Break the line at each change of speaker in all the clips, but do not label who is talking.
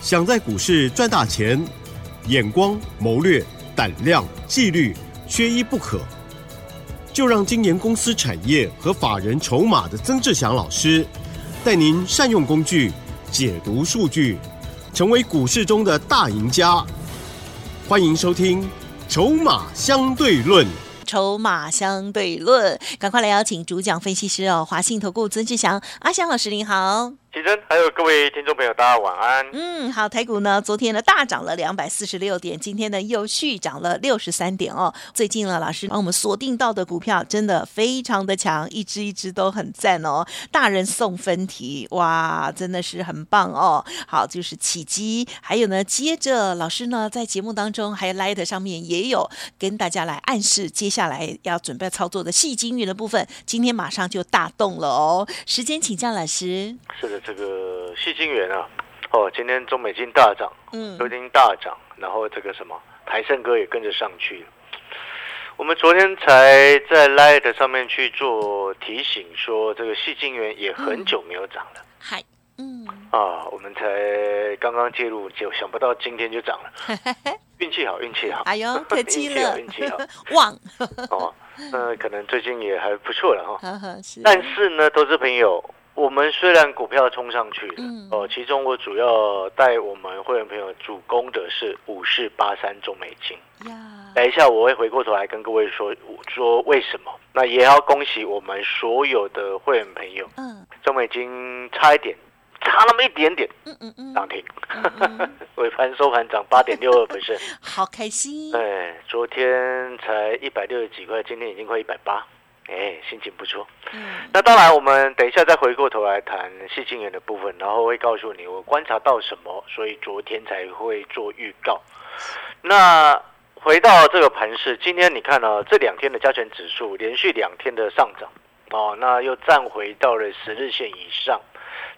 想在股市赚大钱，眼光、谋略、胆量、纪律缺一不可。就让金研公司产业和法人筹码的曾志祥老师，带您善用工具，解读数据，成为股市中的大赢家。欢迎收听《筹码相对论》。
筹码相对论，赶快来邀请主讲分析师哦，华信投顾曾志祥阿祥老师您好。
奇珍，还有各位听众朋友，大家晚安。
嗯，好，台股呢，昨天呢大涨了两百四十六点，今天呢又续涨了六十三点哦。最近呢，老师帮我们锁定到的股票真的非常的强，一只一只都很赞哦。大人送分题，哇，真的是很棒哦。好，就是起基，还有呢，接着老师呢在节目当中还有 Light 上面也有跟大家来暗示接下来要准备操作的细金鱼的部分，今天马上就大动了哦。时间请教老师，
是的，这个细晶元啊，哦，今天中美金大涨，
嗯
都已经大涨，然后这个什么台盛哥也跟着上去了。我们昨天才在 Light 上面去做提醒，说这个细晶元也很久没有涨了、
嗨，嗯，
啊，我们才刚刚介入，就想不到今天就涨了，运气好，运气 好，
哎呦，客气了
运气好，运气，
旺，
好，哦，那可能最近也还不错了哈、
呵呵，是，
但是呢，投资朋友，我们虽然股票冲上去了，
嗯
哦，其中我主要带我们会员朋友主攻的是五四八三中美金。
嗯呀，
等一下我会回过头来跟各位说说为什么。那也要恭喜我们所有的会员朋友，
嗯
中美金差一点，差那么一点点
嗯嗯嗯，
涨停，
嗯嗯
尾盘收盘涨八点 六二 percent。
好开 心，
哎，昨天才一百六十几块，今天已经快一百八，哎，心情不错。
嗯
那当然，我们等一下再回过头来谈细晶元的部分，然后会告诉你我观察到什么，所以昨天才会做预告。那回到这个盘市，今天你看啊、这两天的加权指数连续两天的上涨，哦，那又站回到了十日线以上。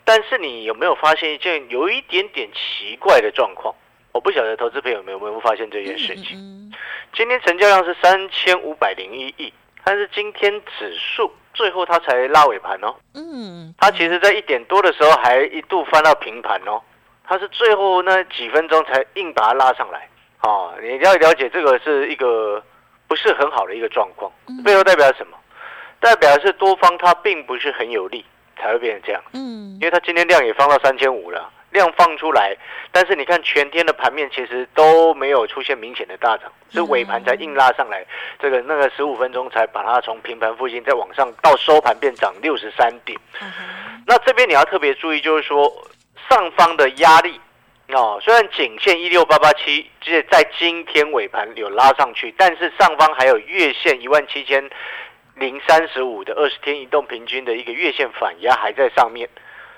但是你有没有发现一件有一点点奇怪的状况？我不晓得投资朋友们有没有发现这件事情。
嗯
今天成交量是三千五百零一亿，但是今天指数最后它才拉尾盘哦，
嗯，
它其实在一点多的时候还一度翻到平盘哦，它是最后那几分钟才硬把它拉上来哦。你要了解这个是一个不是很好的一个状况
嗯，
背后代表什么？代表是多方它并不是很有利才会变成这样，
嗯
因为它今天量也放到三千五了，量放出来，但是你看全天的盘面其实都没有出现明显的大涨，是尾盘才硬拉上来，这个那个十五分钟才把它从平盘附近再往上到收盘变涨六十三点。
嗯哼
那这边你要特别注意，就是说上方的压力哦，虽然颈线一六八八七，这在今天尾盘有拉上去，但是上方还有月线一万七千零三十五的二十天移动平均的一个月线反压还在上面。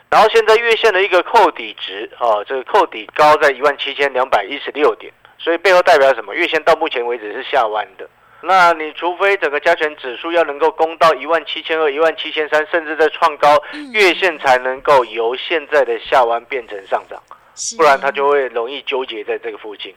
然后现在月线的一个扣底值哦，这个扣底高在一万七千两百一十六点，所以背后代表什么？月线到目前为止是下弯的。那你除非整个加权指数要能够攻到一万七千二、一万七千三，甚至在创高
嗯
月线才能够由现在的下弯变成上涨，
是啊
不然它就会容易纠结在这个附近。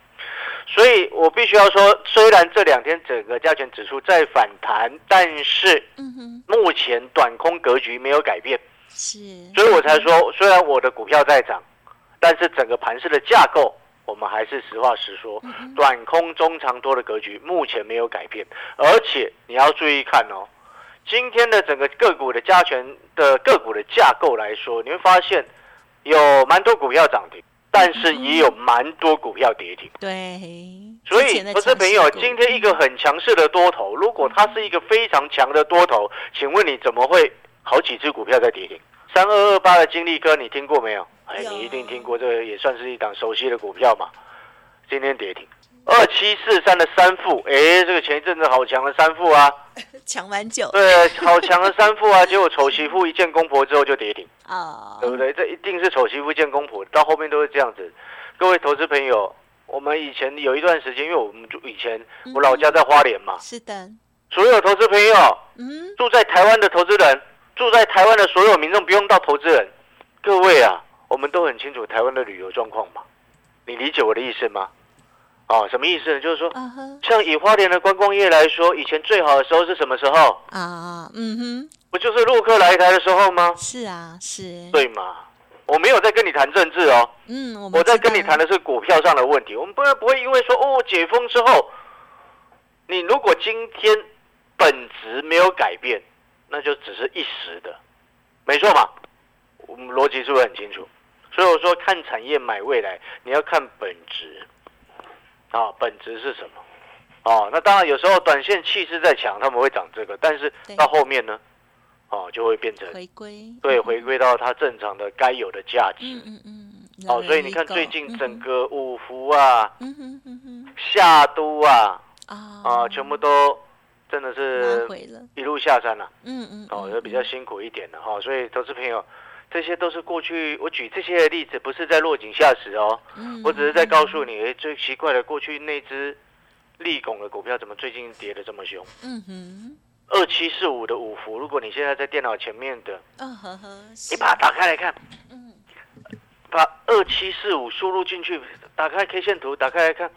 所以我必须要说，虽然这两天整个加权指数在反弹，但是
嗯哼
目前短空格局没有改变。
是，
所以我才说，虽然我的股票在涨，但是整个盘市的架构，我们还是实话实说，短空中长多的格局目前没有改变，而且你要注意看哦，今天的整个个股的加权的个股的架构来说，你会发现有蛮多股票涨停，但是也有蛮多股票跌停。
对，
所
之
以
前的，
投资
强
朋
势
友，
股
今天一个很强势的多头，如果它是一个非常强的多
嗯
头，请问你怎么会好几只股票在跌停？三二二八的金利科，你听过没有？哎，
有啊
你一定听过，这个也算是一档熟悉的股票嘛。今天跌停，二七四三的三富，哎，这个前一阵子好强的三富啊，
抢完酒
对，好强的三富啊，结果丑媳妇一见公婆之后就跌停。
啊，
对不对？这一定是丑媳妇见公婆，到后面都是这样子。各位投资朋友，我们以前有一段时间，因为我们住以前
嗯
我老家在花莲嘛，
是的，
所有投资朋友
嗯，
住在台湾的投资人，住在台湾的所有民众，不用到投资人。各位啊，我们都很清楚台湾的旅游状况嘛，你理解我的意思吗？哦，什么意思呢？就是说，
啊哈
像以花莲的观光业来说，以前最好的时候是什么时候？
啊，嗯哼，
不就是陆客来台的时候吗？
是啊，是，
对嘛？我没有在跟你谈政治哦，
嗯，我们
我
知
在
道
跟你谈的是股票上的问题。我们不不会因为说哦解封之后，你如果今天本质没有改变，那就只是一时的，没错嘛？我们逻辑是不是很清楚？所以我说看产业买未来，你要看本质啊，本质是什么？哦，那当然有时候短线气势在强，他们会涨这个，但是
对
到后面呢，哦，就会变成
回归，
对
嗯
回，归到它正常的该有的价值。
嗯嗯嗯，
哦，
来
所以
了
你
一
看
个
最近整，
嗯
个五福啊、
哼嗯哼嗯
夏都啊
哼啊
啊，全部都真的
拉
是
回了，
一路下山了、
嗯嗯，
哦，
嗯
就比较辛苦一点了哈、哦所以投资朋友，这些都是过去我举这些例子，不是在落井下石哦，
嗯
我只是在告诉你，诶最奇怪的，过去那只利拱的股票怎么最近跌得这么凶？
嗯哼，
二七四五的五福，如果你现在在电脑前面的，
嗯呵呵，
你
是
把它打开来看，
嗯
把二七四五输入进去，打开 K 线图，打开来看。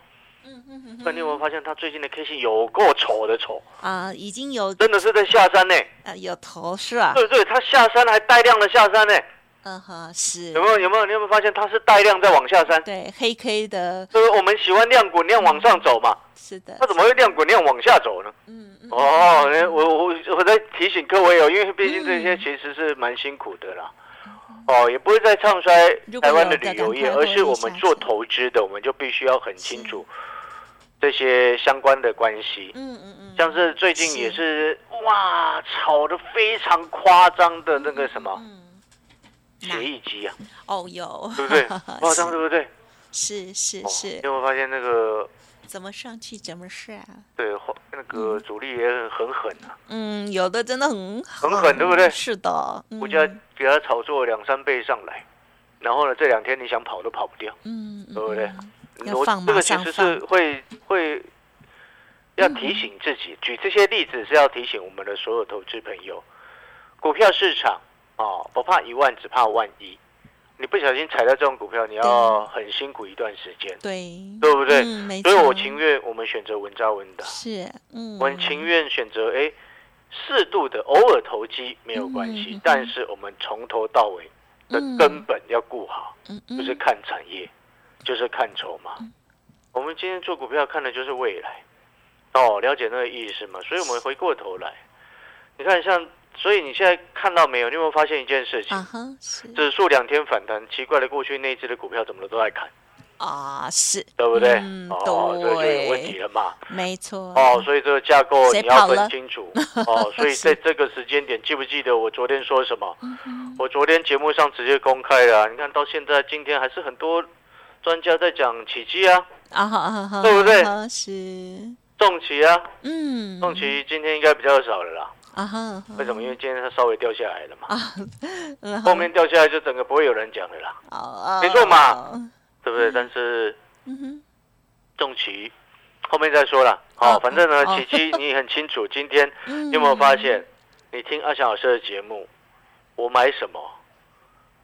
嗯嗯嗯，
但你有没有发现它最近的 K 线有够丑的丑，
啊，已经有
真的是在下山呢、
啊有头是吧？
对不对？它下山还带量的下山呢、
嗯哼，是
有，没有？有没有？你有没有发现它是带量在往下山？
对黑 K 的，
对不对？我们喜欢量滚量往上走嘛，
是的
它，怎么会量滚量往下走呢？
嗯嗯，
哦，那我我我在提醒各位哦，因为毕竟这些
嗯
其实是蛮辛苦的啦。哦，也不是在唱衰
如果
台湾的
有的
旅游业，
赶快
而是我
回忆
们
一下
做
子
投资的，我们就必须要很清楚这些相关的关系。
嗯嗯嗯，
像是最近也是哇，炒的非常夸张的那个什么
嗯，哪
协议机啊，
哦有，
对不对？夸张对不对？
是是
哦，
是
你，有没有发现那个
怎么上去怎么啊下？
对后那个主力也很狠啊，
嗯，有的真的很很
狠对不对
是的，嗯
股价给它炒作两三倍上来，然后呢，这两天你想跑都跑不掉，
嗯，嗯
对不对
嗯要
我
放嗯
这
马
个其
上
实是会会。要提醒自己，举这些例子是要提醒我们的所有投资朋友，股票市场哦，不怕一万，只怕万一。你不小心踩到这种股票，你要很辛苦一段时间，
对，
对不对？
嗯，没
所以我
错
情愿我们选择稳扎稳打，
是，嗯，
我们情愿选择哎适度的偶尔投机没有关
嗯嗯
系
嗯，
但是我们从头到尾的
嗯
根本要顾好，
嗯
就是
嗯
看产业，就是看筹码。我们今天做股票看的就是未来，哦，了解那个意思吗？所以我们回过头来，你看像，所以你现在看到没有？你有没有发现一件事情？
啊哈是
指数两天反弹，奇怪的，过去那一只的股票怎么都在砍，
啊是，
对不对？
嗯
哦，这就有问题
对
了嘛。
没错，
哦，所以这个架构
谁
你要
跑了
分清楚。哦，所以 在这个时间点，记不记得我昨天说什么？
嗯哼
我昨天节目上直接公开了啊、你看到现在今天还是很多专家在讲起基啊、
啊哈啊哈，
对不对
啊哈是，
重旗啊，
嗯，
重旗今天应该比较少了啦。
啊哈，啊哈
为什么？因为今天它稍微掉下来了嘛，
啊嗯
后面掉下来就整个不会有人讲了啦，
好
没错嘛，
哦
对不对？但是
嗯哼，
重旗后面再说啦。
哦
好，反正呢，
哦
起基你很清楚，今天
嗯
你有没有发现，你听阿翔老师的节目，我买什么，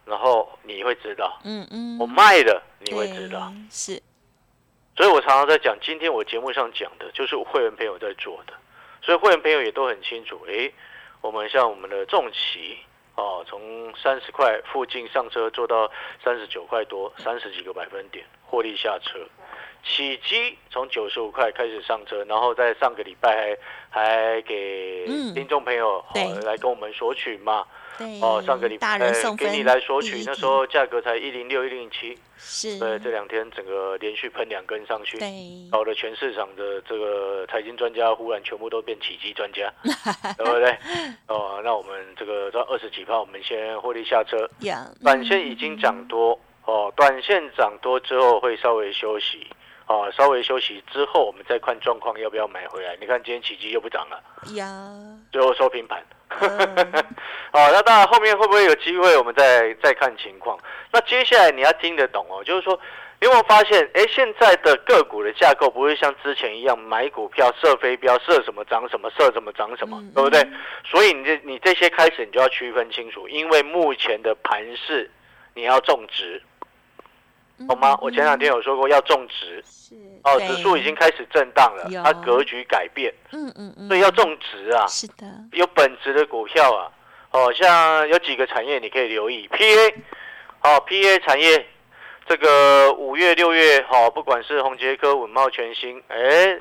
然后你会知道，
嗯嗯，
我卖了你会知
对
道。
是，
所以我常常在讲，今天我节目上讲的就是我会员朋友在做的，所以会员朋友也都很清楚。诶，我们像我们的重旗哦，从三十块附近上车做到三十九块多，三十几个百分点获利下车。起基从九十五块开始上车，然后在上个礼拜还还给
嗯
听众朋友、
对
哦来跟我们索取嘛。
对，
哦，上个礼
大
拜、
人送
给
分
你来索
第
取
一，
那
题
时候价格才一零六一零七，
是，
对，这两天整个连续喷两根上去。
对，
搞得全市场的这个财经专家忽然全部都变起机专家，对不对？哦，那我们这个到二十几趴，我们先获利下车。
呀，嗯
短线已经涨多哦，短线涨多之后会稍微休息哦，稍微休息之后我们再看状况要不要买回来。你看今天起机又不涨了，
嗯 呀，
最后收平盘。
嗯
哦，那当然，后面会不会有机会，我们再再看情况。那接下来你要听得懂哦，就是说，你有没有发现，哎，现在的个股的架构不会像之前一样买股票射飞镖，射什么涨什么，射什么涨什么，
嗯
对不对
嗯？
所以你这你这些开始你就要区分清楚，因为目前的盘势你要种植，
嗯
懂吗？我前两天有说过要种植，
是
哦，指数已经，开始震荡了
有，
它格局改变，
对嗯嗯嗯，
所以要种植啊。
是的，
有本质的股票啊，哦，像有几个产业你可以留意，PA，好，PA 产业这个五月、六月，好，不管是宏杰科、稳茂、全新，哎，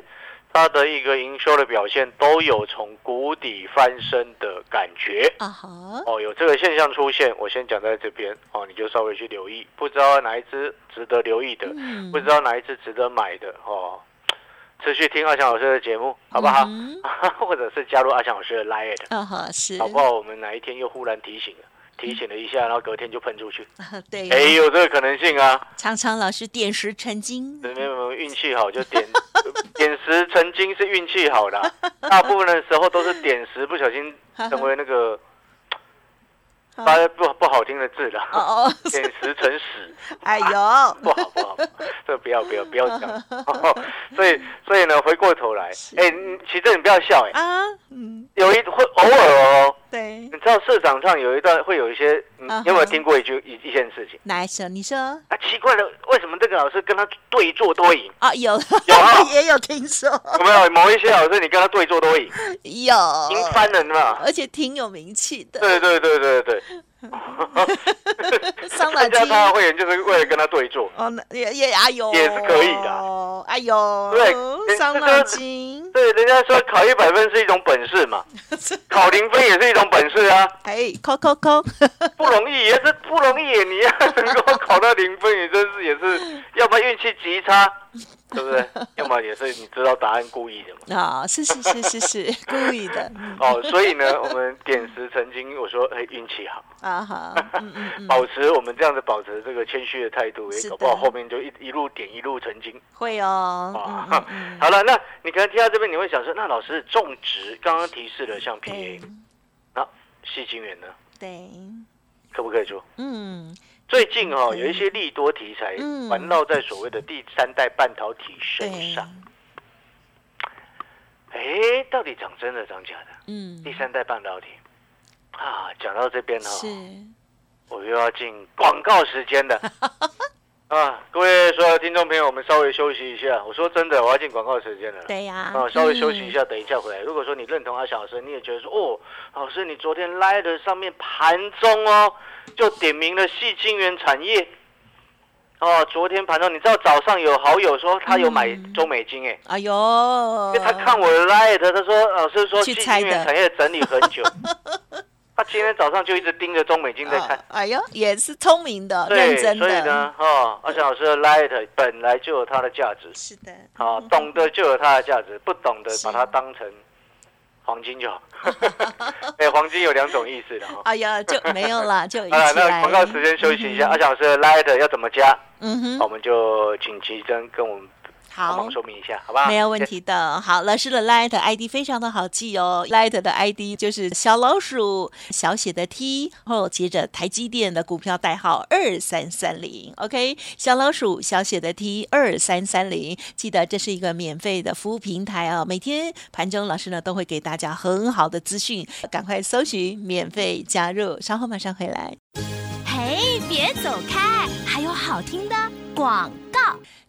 它的一个营收的表现都有从谷底翻身的感觉。
啊哈，
哦，有这个现象出现，我先讲在这边哦，你就稍微去留意，不知道哪一只值得留意的，
嗯
不知道哪一只值得买的哦。持续听阿翔老师的节目，好不好？
嗯
或者是加入阿翔老师的 Line，
啊哈，是，
搞不好我们哪一天又忽然提醒了，
嗯
提醒了一下，然后隔天就喷出去，
啊对，
哎，有这个可能性啊。
常常老师点石成金，
没有没有，运气好就 点点石成金是运气好啦，大部分的时候都是点石不小心成为那个
啊
发不不好听的字啦。
哦哦，
点石成 屎，
哎呦，
不好不好，这不要不要不要讲、哦所以所以呢，回过头来
哦是，
哎、你其实你不要笑哎、
啊，嗯，
有一会偶尔哦，
对
你，知道市场上有一段会有一些，你
嗯哼
有没有听过一句一一件事情
哪一首？你说
啊？奇怪了，为什么这个老师跟他对坐多赢？
啊，有，
有啊
也有听说，
有没有某一些老师你跟他对坐多赢，
有，
赢翻了嘛？
而且挺有名气的，
对对对对对，
伤脑 筋
参加。他的会员就是为了跟他对坐，
哦，那也也哎呦，
也是可以的
的。哎呦，
对
伤脑 筋。
对，人家说考一百分是一种本事嘛，考零分也是一种本事啊。
哎，扣扣扣，
不容易，也是不容易。你要能够考到零分，也真是也是，要么运气极差，对不对？要么也是你知道答案故意的嘛。
啊，是是是是是，故意的。嗯
哦，所以呢，我们点石成金，我说哎，运气好，
啊好，嗯嗯嗯，
保持我们这样子保持这个谦虚的态度，
是
也
的
搞不好后面就一一路点一路成金
会哦。
啊
嗯嗯。
好了，那你可能听到这边，你会想说，那老师种植刚刚提示了像
嗯，对
PA，那细晶元呢，
对，
可不可以做？
嗯
最近哦，
可以
有一些利多题材
嗯
环绕在所谓的第三代半导体身
对，
上。哎、到底讲真的讲假的？
嗯
第三代半导体啊，讲到这边哦，
是
我又要进广告时 间的啊！各位所有的听众朋友，我们稍微休息一下。我说真的，我要进广告时间了。
对嗯呀。
啊，稍微休息一下，等一下回来。如果说你认同阿翔老师，你也觉得说，哦，老师，你昨天来的上面盘中哦，就点名了细晶圆产业。哦，昨天盘中，你知道早上有好友说他有买
嗯
中美金哎、
嗯。哎呦，
因为他看我的 light，他说老师说
去
细
猜
晶
的
圆产业整理很 久，他今天早上就一直盯着中美金在看
啊。哎呦，也是聪明的，
对
认，真
所以
的。
呢，哦，阿翔老师的 light 本来就有它的价值，
是的。嗯
啊，懂得就有它的价值，不懂得
是
把它当成黄 金就好。哎、黄金有两种意思的哈。
哎呀，就没有了，就啊一起
好了，那
来。
广告时间休息一下。阿翔老师的 Light 要怎么加？
嗯哼，
我们就请奇珍跟我们帮
好
忙。说明一下，好吧？
没有问。题的。好，老师的 Light ID 非常的好记哦，Light 的 ID 就是小老鼠小写的 T，然后接着台积电的股票代号二三三零，OK，小老鼠小写的 T 二三三零，记得这是一个免费的服务平台啊、每天盘中老师呢都会给大家很好的资讯，赶快搜寻免费加入，稍后马上回来。
嘿，别走开，还有好听的广告。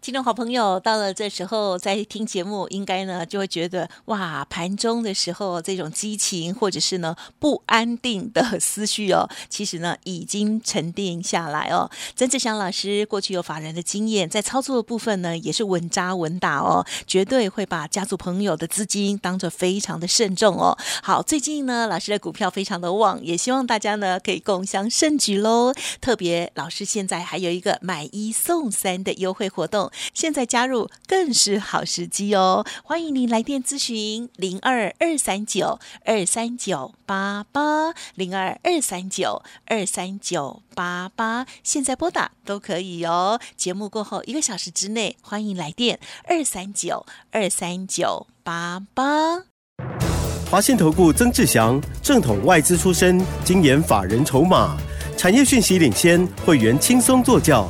听众好朋友，到了这时候在听节目，应该呢就会觉得哇，盘中的时候这种激情或者是呢不安定的思绪哦， 其实呢已经沉淀下来哦。曾志祥老师过去有法人的经验，在操作的部分呢也是稳扎稳打哦，绝对会把家族朋友的资金当做非常的慎重哦。好，最近呢老师的股票非常的旺，也希望大家呢可以共襄盛举喽。特别老师现在还有一个买一送三的优惠活动，现在加入更是好时机哦！欢迎您来电咨询零二二三九二三九八八零二二三九二三九八八，现在拨打都可以哦。节目过后一个小时之内，欢迎来电二三九二三九八八。
华信投顾曾志祥，正统外资出身，精研法人筹码，产业讯息领先，会员轻松做教，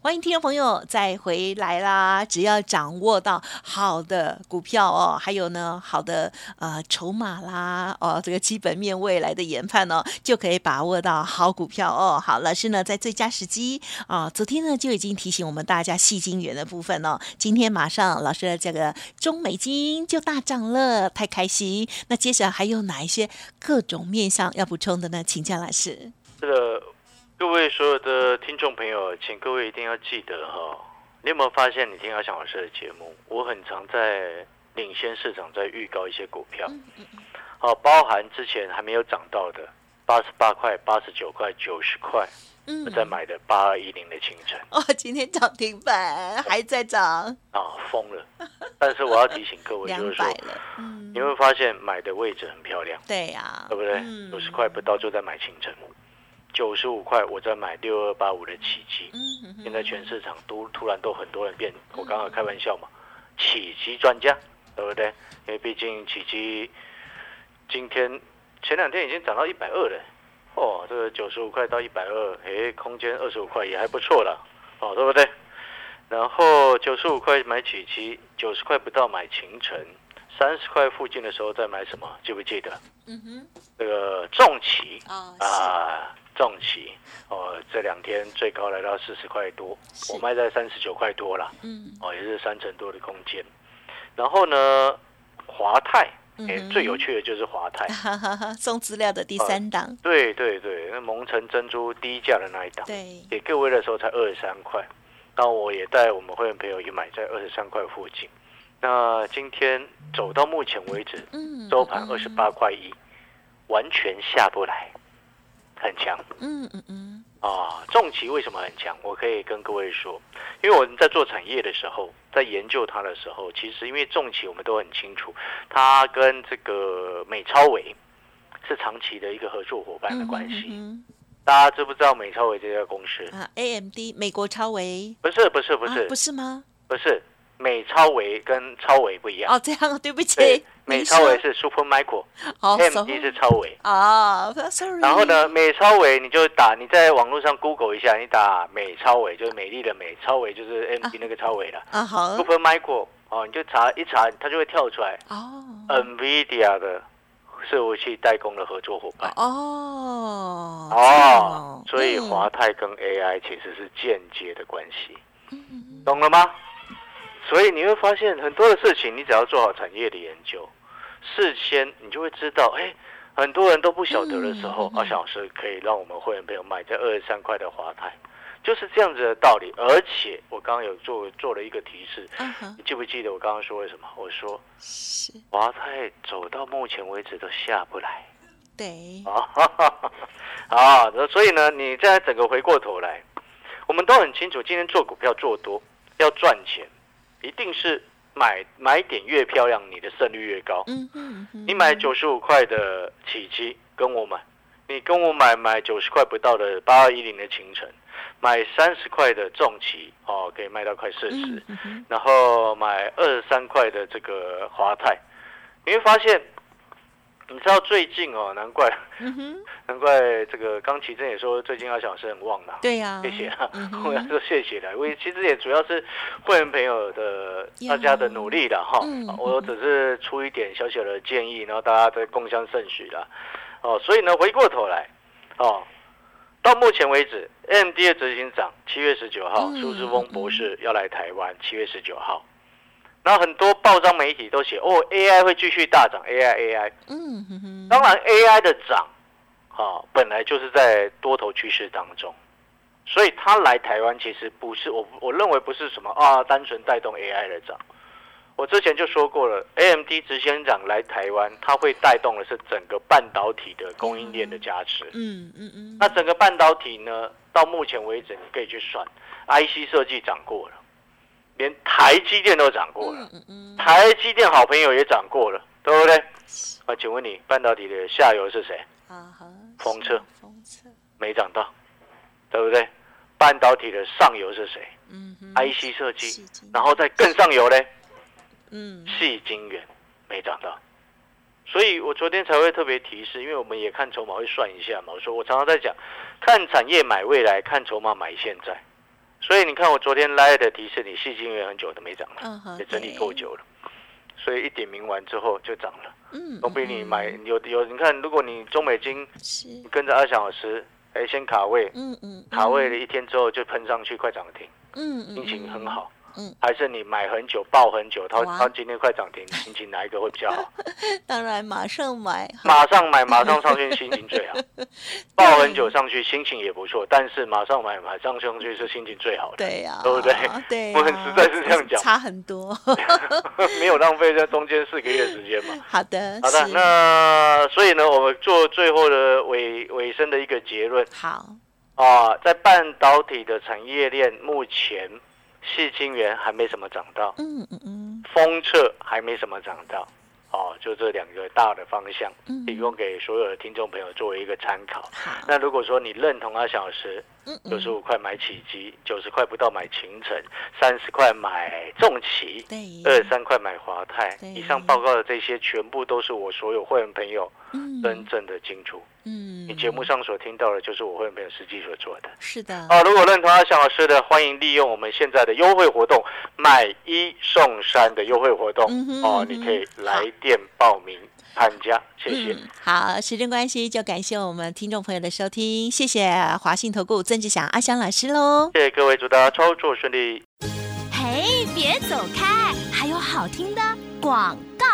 欢迎听众朋友再回来啦！只要掌握到好的股票哦，还有呢好的呃筹码啦，哦这个基本面未来的研判哦，就可以把握到好股票哦。好，老师呢在最佳时机啊、昨天呢就已经提醒我们大家细精元的部分哦，今天马上老师的这个中美金就大涨了，太开心！那接下来还有哪一些各种面向要补充的呢？请教老师。
这个各位所有的听众朋友，请各位一定要记得哈、你有没有发现你听阿翔老师的节目，我很常在领先市场在预告一些股
嗯
票，好、包含之前还没有涨到的八十八块、八十九块、九十块，
嗯
我在买的八二一零的清晨
哦，今天涨停板还在涨，
啊，疯 了！但是我要提醒各位，
两
就是说
百，了，嗯，
你会发现买的位置很漂亮，
对呀、
对不对？
嗯
九十块不到就在买清晨，九十五块我在买六二八五的奇迹。
嗯哼哼
现在全市场都突然都很多人变，我刚刚开玩笑嘛，起机专家，对不对？因为毕竟起机今天前两天已经涨到一百二了，哦，这个九十五块到一百二，哎，空间二十五块也还不错了，哦，对不对？然后九十五块买起机，九十块不到买秦城，三十块附近的时候再买什么？记不记得？
嗯哼，
这个重旗
哦，是
啊，重旗哦，这两天最高来到四十块多，
是
我卖在三十九块多了，
嗯
哦，也是三成多的空间。然后呢，华泰，哎、
嗯哼
最有趣的就是华 泰，
哈哈哈，送资料的第三档，
对对对，那蒙城珍珠低价的那一档，
对，
给各位的时候才二十三块，那我也带我们会员朋友也买在二十三块附近。那今天走到目前为止，
嗯，
收盘二十八块一，完全下不来，很强。
嗯，嗯嗯
啊，重旗为什么很强？我可以跟各位说，因为我们在做产业的时候，在研究它的时候，其实因为重旗我们都很清楚，它跟这个美超伟是长期的一个合作伙伴
嗯，
的
的
关系。大家知不知道美超伟这家公司？
啊，AMD 美国超维
不是，不是，不
啊
是，
不是吗？
不是，美超伟跟超伟不一样。
哦，这样，对不起
对，，
您
美超伟
说
是 Super Micro，AMD
哦，sorry
是超伟。
哦，sorry，
然后呢，美超伟你就打，你在网络上 Google 一下，你打美超伟，就是美丽的美，超伟就是 MD 那个超伟了。
啊，好
Super Micro 哦，你就查一查，它就会跳出来。
哦
NVIDIA 的伺服器代工的合作伙伴
哦
哦，所以华
华
泰跟 AI 其实是间接的关系，
嗯
懂了吗？所以你会发现很多的事情，你只要做好产业的研究，事先你就会知道，哎，很多人都不晓得的时候，
嗯嗯嗯
阿小老师可以让我们会员朋友买在二十三块的华泰，就是这样子的道理。而且我刚刚有做做了一个提示，
嗯哼
你记不记得我刚刚说了什么？我说
是
华泰走到目前为止都下不来
对
啊，哈哈哈 啊，所以呢，你再整个回过头来，我们都很清楚，今天做股票做多要赚钱，一定是买买点越漂亮，你的胜率越高。
嗯嗯嗯，
你买九十五块的起基跟我买，你跟我买买九十块不到的八二一零的秦城，买三十块的重旗哦，可以卖到快四十、
嗯嗯哼
然后买二十三块的这个华泰，你会发现，你知道最近哦，难怪
嗯哼，
难怪这个刚奇正也说最近阿小老师很旺啦、
对呀，
谢谢啊
嗯，
我要
哼
说谢谢了。我也其实也主要是会员朋友的
呀
大家的努力了哈
嗯，
我只是出一点小小的建议，然后大家再共襄盛举啦。哦，所以呢，回过头来，哦，到目前为止，AMD 的执行长七月十九号
嗯
苏志峰博士要来台湾，七月十九号。那很多报章媒体都写哦，AI 会继续大涨，AI AI。
嗯哼哼，
当然，AI 的涨，啊，本来就是在多头趋势当中，所以它来台湾其实不是我我认为不是什么啊，单纯带动 AI 的涨。我之前就说过了，AMD 执行长来台湾，它会带动的是整个半导体的供应链的加持。
嗯嗯嗯，
那整个半导体呢，到目前为止，你可以去算，IC 设计涨过了，连台积电都涨过了。
嗯嗯嗯，
台积电好朋友也涨过了，对不对？啊，请问你半导体的下游是谁？
啊哈，
风车
是风车，
没涨到，对不对？半导体的上游是谁
嗯哼
？IC 设
细
计
晶，
然后再更上游嘞，
嗯
细晶圆没涨到。所以我昨天才会特别提示，因为我们也看筹码会算一下嘛。我说我常常在讲，看产业买未来，看筹码买现在。所以你看我昨天拉的提示你，戏精也很久都没涨了，
嗯哼，
也整理够久了，所以一点名完之后就涨了。
对，嗯，
总比你买
嗯
有有，你看如果你中美金
嗯是
你，跟着二小时，哎，先卡位，
嗯嗯，
卡位了
嗯，
一天之后就喷上去，快涨停，
嗯嗯，
心情很
嗯，
好。
嗯，
还是你买很久，抱很久，它
哇
它今天快涨 停，心情哪一个会比较好？
当然马上买，
马上买，马上上去，心情最 好。抱很久上去，心情也不错，但是马上买，马上上去是心情最好的。
对呀，
对不对
对呀，
我很实在是这样讲
差很多。
没有浪费这中间四个月时间嘛。
好的，
好的，
嗯是
那所以呢，我们做最后的尾尾声的一个结论
好，
啊，在半导体的产业链，目前细晶圆还没什么涨到，
嗯嗯嗯
封测还没什么涨到，哦、就这两个大的方向，
嗯，
提供给所有的听众朋友作为一个参考。
好，
那如果说你认同阿小时
嗯嗯
九十五块买起基，九十块不到买秦城，三十块买重旗，
嗯对，
二三块买华泰，
对
以上报告的这些全部都是我所有会员朋友
嗯
真正的进出。
嗯，
你节目上所听到的，就是我会员朋友实际所做的。
是的，
啊，如果认同阿翔老师的，欢迎利用我们现在的优惠活动，买一送三的优惠活动
嗯哼
哦
嗯哼，
你可以来电报名参加，谢谢。
嗯，好，时间关系，就感谢我们听众朋友的收听，谢谢华信投顾曾志祥阿祥老师喽。
谢谢各位，祝大家操作顺利。
嘿，别走开，还有好听的广告。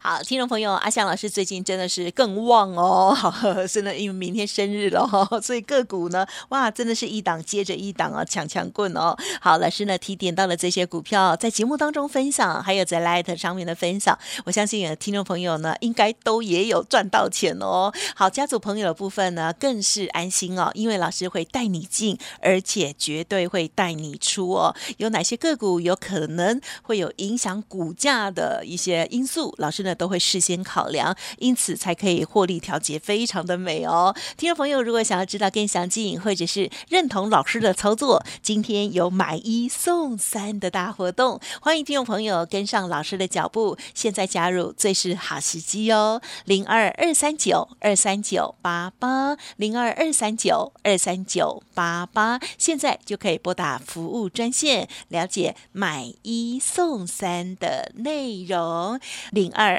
好，听众朋友，阿翔老师最近真的是更旺哦， 好，真的因为明天生日了、哦，所以个股呢，哇，真的是一档接着一档啊，抢抢棍哦。好，老师呢提点到了这些股票，在节目当中分享，还有在 Light 上面的分享，我相信有的呃听众朋友呢，应该都也有赚到钱哦。好，家族朋友的部分呢，更是安心哦，因为老师会带你进，而且绝对会带你出哦。有哪些个股有可能会有影响股价的一些因素，老师呢都会事先考量，因此才可以获利调节，非常的美哦。听众朋友，如果想要知道更详尽，或者是认同老师的操作，今天有买一送三的大活动，欢迎听众朋友跟上老师的脚步，现在加入最是好时机哦，零二二三九二三九八八，零二二三九二三九八八，现在就可以拨打服务专线，了解买一送三的内容，零二